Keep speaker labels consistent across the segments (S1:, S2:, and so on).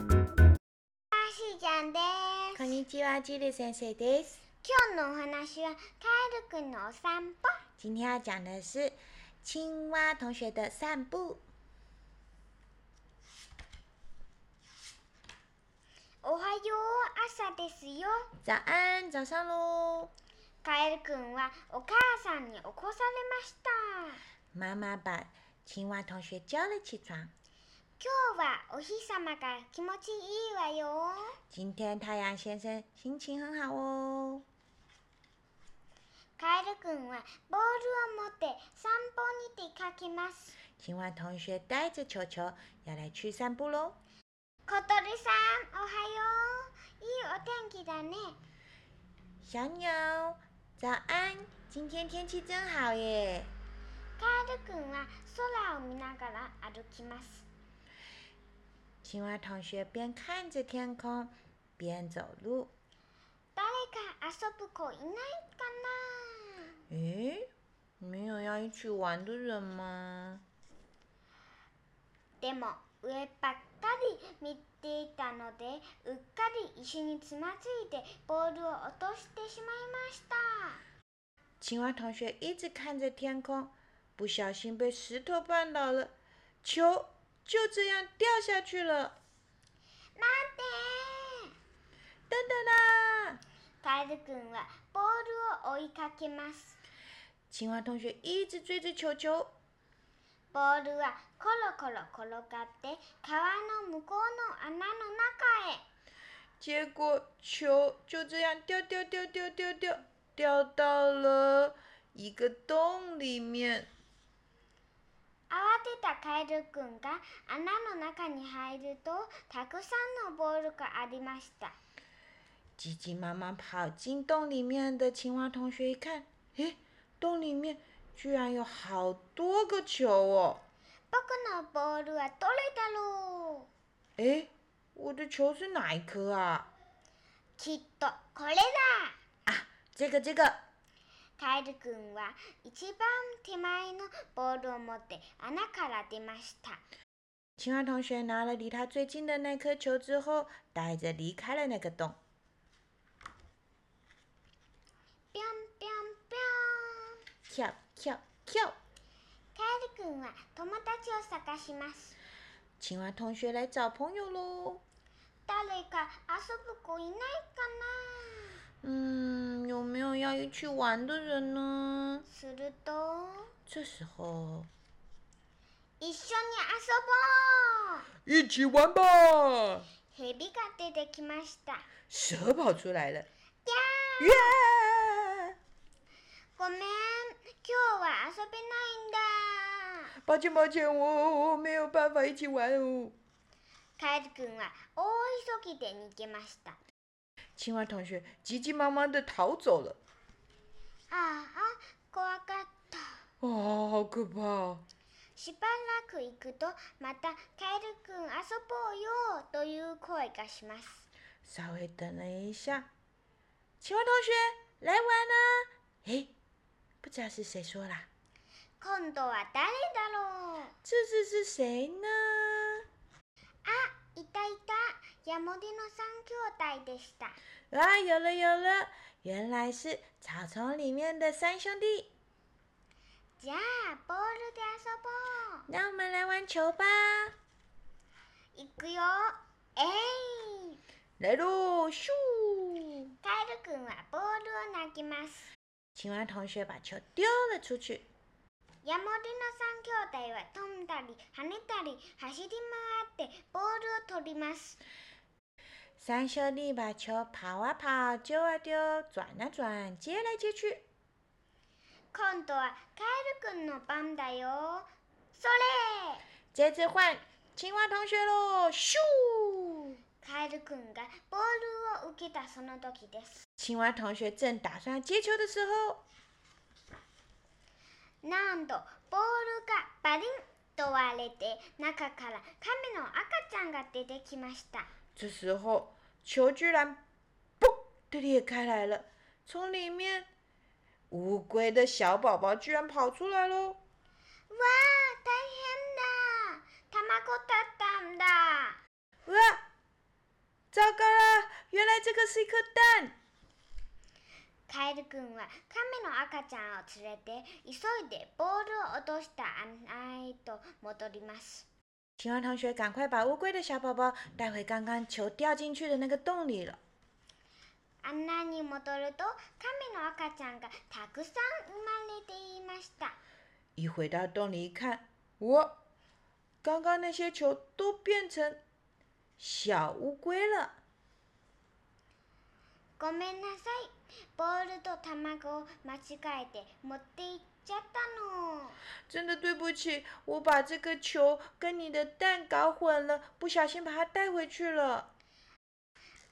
S1: あしちゃんです
S2: こんにちは，吉利先生です。
S1: 今日のお話はカエルくんのお散歩
S2: 今天要讲的是青蛙同学的散步。
S1: おはよう朝ですよ
S2: 早安，早上喽！
S1: カエルくんはお母さんに起こされました
S2: 妈妈把青蛙同学叫了起床。
S1: 今日はお日様が気持ちいいわよ
S2: 今天太阳先生心情很好哦。
S1: カエルくんはボールを持って散歩に出かけます
S2: 青蛙同学带着球球要来去散步喽。
S1: 小鳥さんおはよういいお天気だね
S2: 小鸟，早安！今天天气真好耶。
S1: カエルくんは空を見ながら歩きます
S2: 青蛙同学边看着天空，边走路。
S1: 誰か遊ぶ子いないかな
S2: 诶，没有要一起玩的人吗？
S1: でも上ばっかり見ていたのでうっかり石につまずいてボールを落としてしまいました
S2: 青蛙同学一直看着天空，不小心被石头绊倒了，球就这样掉下去了。
S1: なんで
S2: 等啊等啦！
S1: カエルくんはボールを追いかけます
S2: 青蛙同学一直追着球球，
S1: ボールはコロコロ転がって川の向こうの穴の中へ
S2: 结果球就这样掉掉掉掉掉掉掉到了一个洞里面。
S1: 慌てたカエルくんが穴の中に入るとたくさんのボールがありました
S2: 急急忙忙跑进洞里面的青蛙同学一看，诶，洞里面居然有好多个球哦！
S1: 僕のボールはどれだろう
S2: 诶，我的球是哪一颗啊？
S1: きっとこれだ
S2: 这个这个。
S1: カエルくんは一番手前のボールを持って穴から出ました
S2: 青蛙同学拿了离他最近的那颗球之后，带着离开了那个洞。
S1: ぴょんぴょんぴょ
S2: 跳跳跳！
S1: んカエルくんは友達を探します
S2: 青蛙同学来找朋友喽。
S1: 誰か遊ぶ子いないかな
S2: 嗯，有没有要一起玩的人呢？
S1: すると
S2: 这时候，
S1: 一緒に遊
S2: 一起玩吧！
S1: ぼうヘビが出てきました
S2: 蛇跑出来了，
S1: ぎゃー
S2: 耶、
S1: ごめん今日は遊べないんだ
S2: 抱歉抱歉，我我没有办法一起玩哦。
S1: カエルくんは大急ぎで逃げました
S2: 青蛙同学急急忙忙的逃走了。
S1: ああ怖かった
S2: 啊、好可怕哦！
S1: しばらく行くとまた「カエルくん遊ぼうよ」という声がします
S2: 稍微等了一下，青蛙同学来玩啦、诶，不知道是谁说啦，
S1: 今度は誰だろう
S2: 这次是谁呢？
S1: いたいたヤモリの三兄弟でした
S2: 啊，有了有了，原来是草丛里面的三兄弟。
S1: じゃあボールで遊ぼう
S2: 那我们来玩球吧！
S1: 行くよえい
S2: 来喽，咻！
S1: カエルくんはボールを投げます
S2: 青蛙同学把球丢了出去。
S1: ヤモリの三兄弟は飛んだり跳ねたり走り回ってボールを取ります
S2: 三兄弟把球跑啊跑，丢啊丢，转啊转，接来接去。
S1: 今度はカエルくんの番だよ。それ
S2: 这次换青蛙同学喽！咻！
S1: カエルくんがボールを受けたその時です。
S2: 青蛙同学正打算接球的时候，
S1: なんとボールがバリンと割れて中から亀の赤ちゃんが出てきました。
S2: 这时候球居然“嘣”的裂开来了，从里面乌龟的小宝宝居然跑出来喽！
S1: わあ、大変だ。卵だったんだ。
S2: 哇！糟糕啦！原来这个是一颗蛋。
S1: カエルくんは亀の赤ちゃんを連れて急いでボールを落とした穴へと戻ります。
S2: 青蛙同学赶快把乌龟的小宝宝带回刚刚球掉进去的那个洞里了。
S1: 穴に戻ると亀の赤ちゃんがたくさん生まれていました。
S2: 一回到洞里一看，我刚刚那些球都变成小乌龟了。
S1: ごめんなさい。ボールと卵を間違えて持って行っちゃったの。
S2: 真的对不起，我把这个球跟你的蛋搞混了，不小心把它带回去了。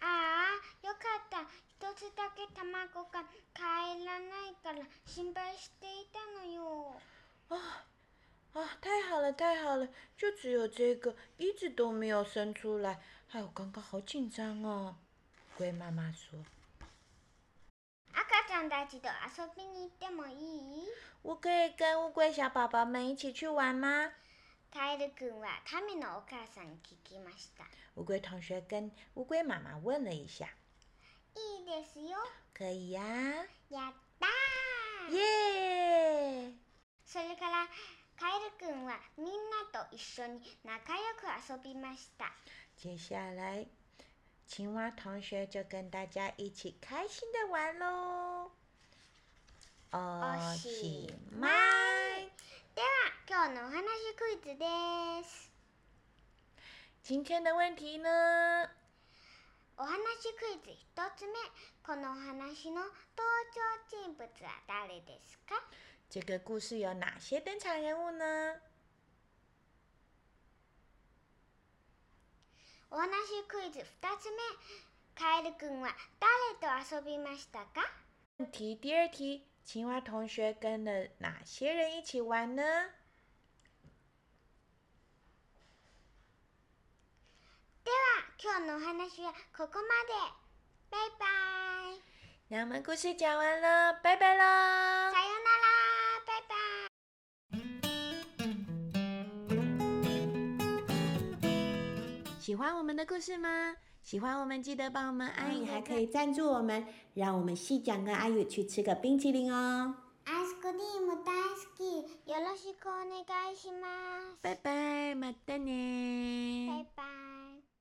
S1: ああ、よかった。一つだけ卵が帰らないから心配していたのよ。
S2: 啊，太好了，太好了，就只有这个一直都没有生出来。哎，我刚刚好紧张哦。龟妈妈说
S1: 赤ちゃんたちと遊びに行ってもいい：“
S2: 我可以跟乌龟小宝宝们一起去玩吗？”
S1: カエルくんは亀のお母さんに聞きました。
S2: 乌龟同学跟乌龟妈妈问了一下
S1: いいですよ。：“
S2: 可以啊呀、
S1: やったー
S2: 耶！
S1: それからカエルくんはみんなと一緒に仲良く遊びました。
S2: 接下来，青蛙同学就跟大家一起开心的玩喽。
S1: お
S2: 哦，
S1: し
S2: 喜
S1: ま
S2: 麦
S1: い。では今日のお話クイズです。
S2: 今天的问题呢？
S1: お話クイズ1つ目このお話の登場人物は誰ですか
S2: 这个故事有哪些登场人物呢？
S1: お話クイズ2つ目カエルくんは誰と遊びましたか
S2: 问题第二题，青蛙同学跟了哪些人一起玩呢？
S1: では今日のお話はここまでバイバイ
S2: 那我们故事讲完了，拜拜喽
S1: さようなら。バイバイ
S2: 喜欢我们的故事吗？喜欢我们记得帮我们
S3: 阿
S2: 按一
S3: 姨
S2: 个
S3: 还可以赞助我们，让我们细讲跟阿宇去吃个冰淇淋哦。
S1: アイスクリーム大好きよろしくお願いします
S2: 拜拜，马丹呢？
S1: バイバイ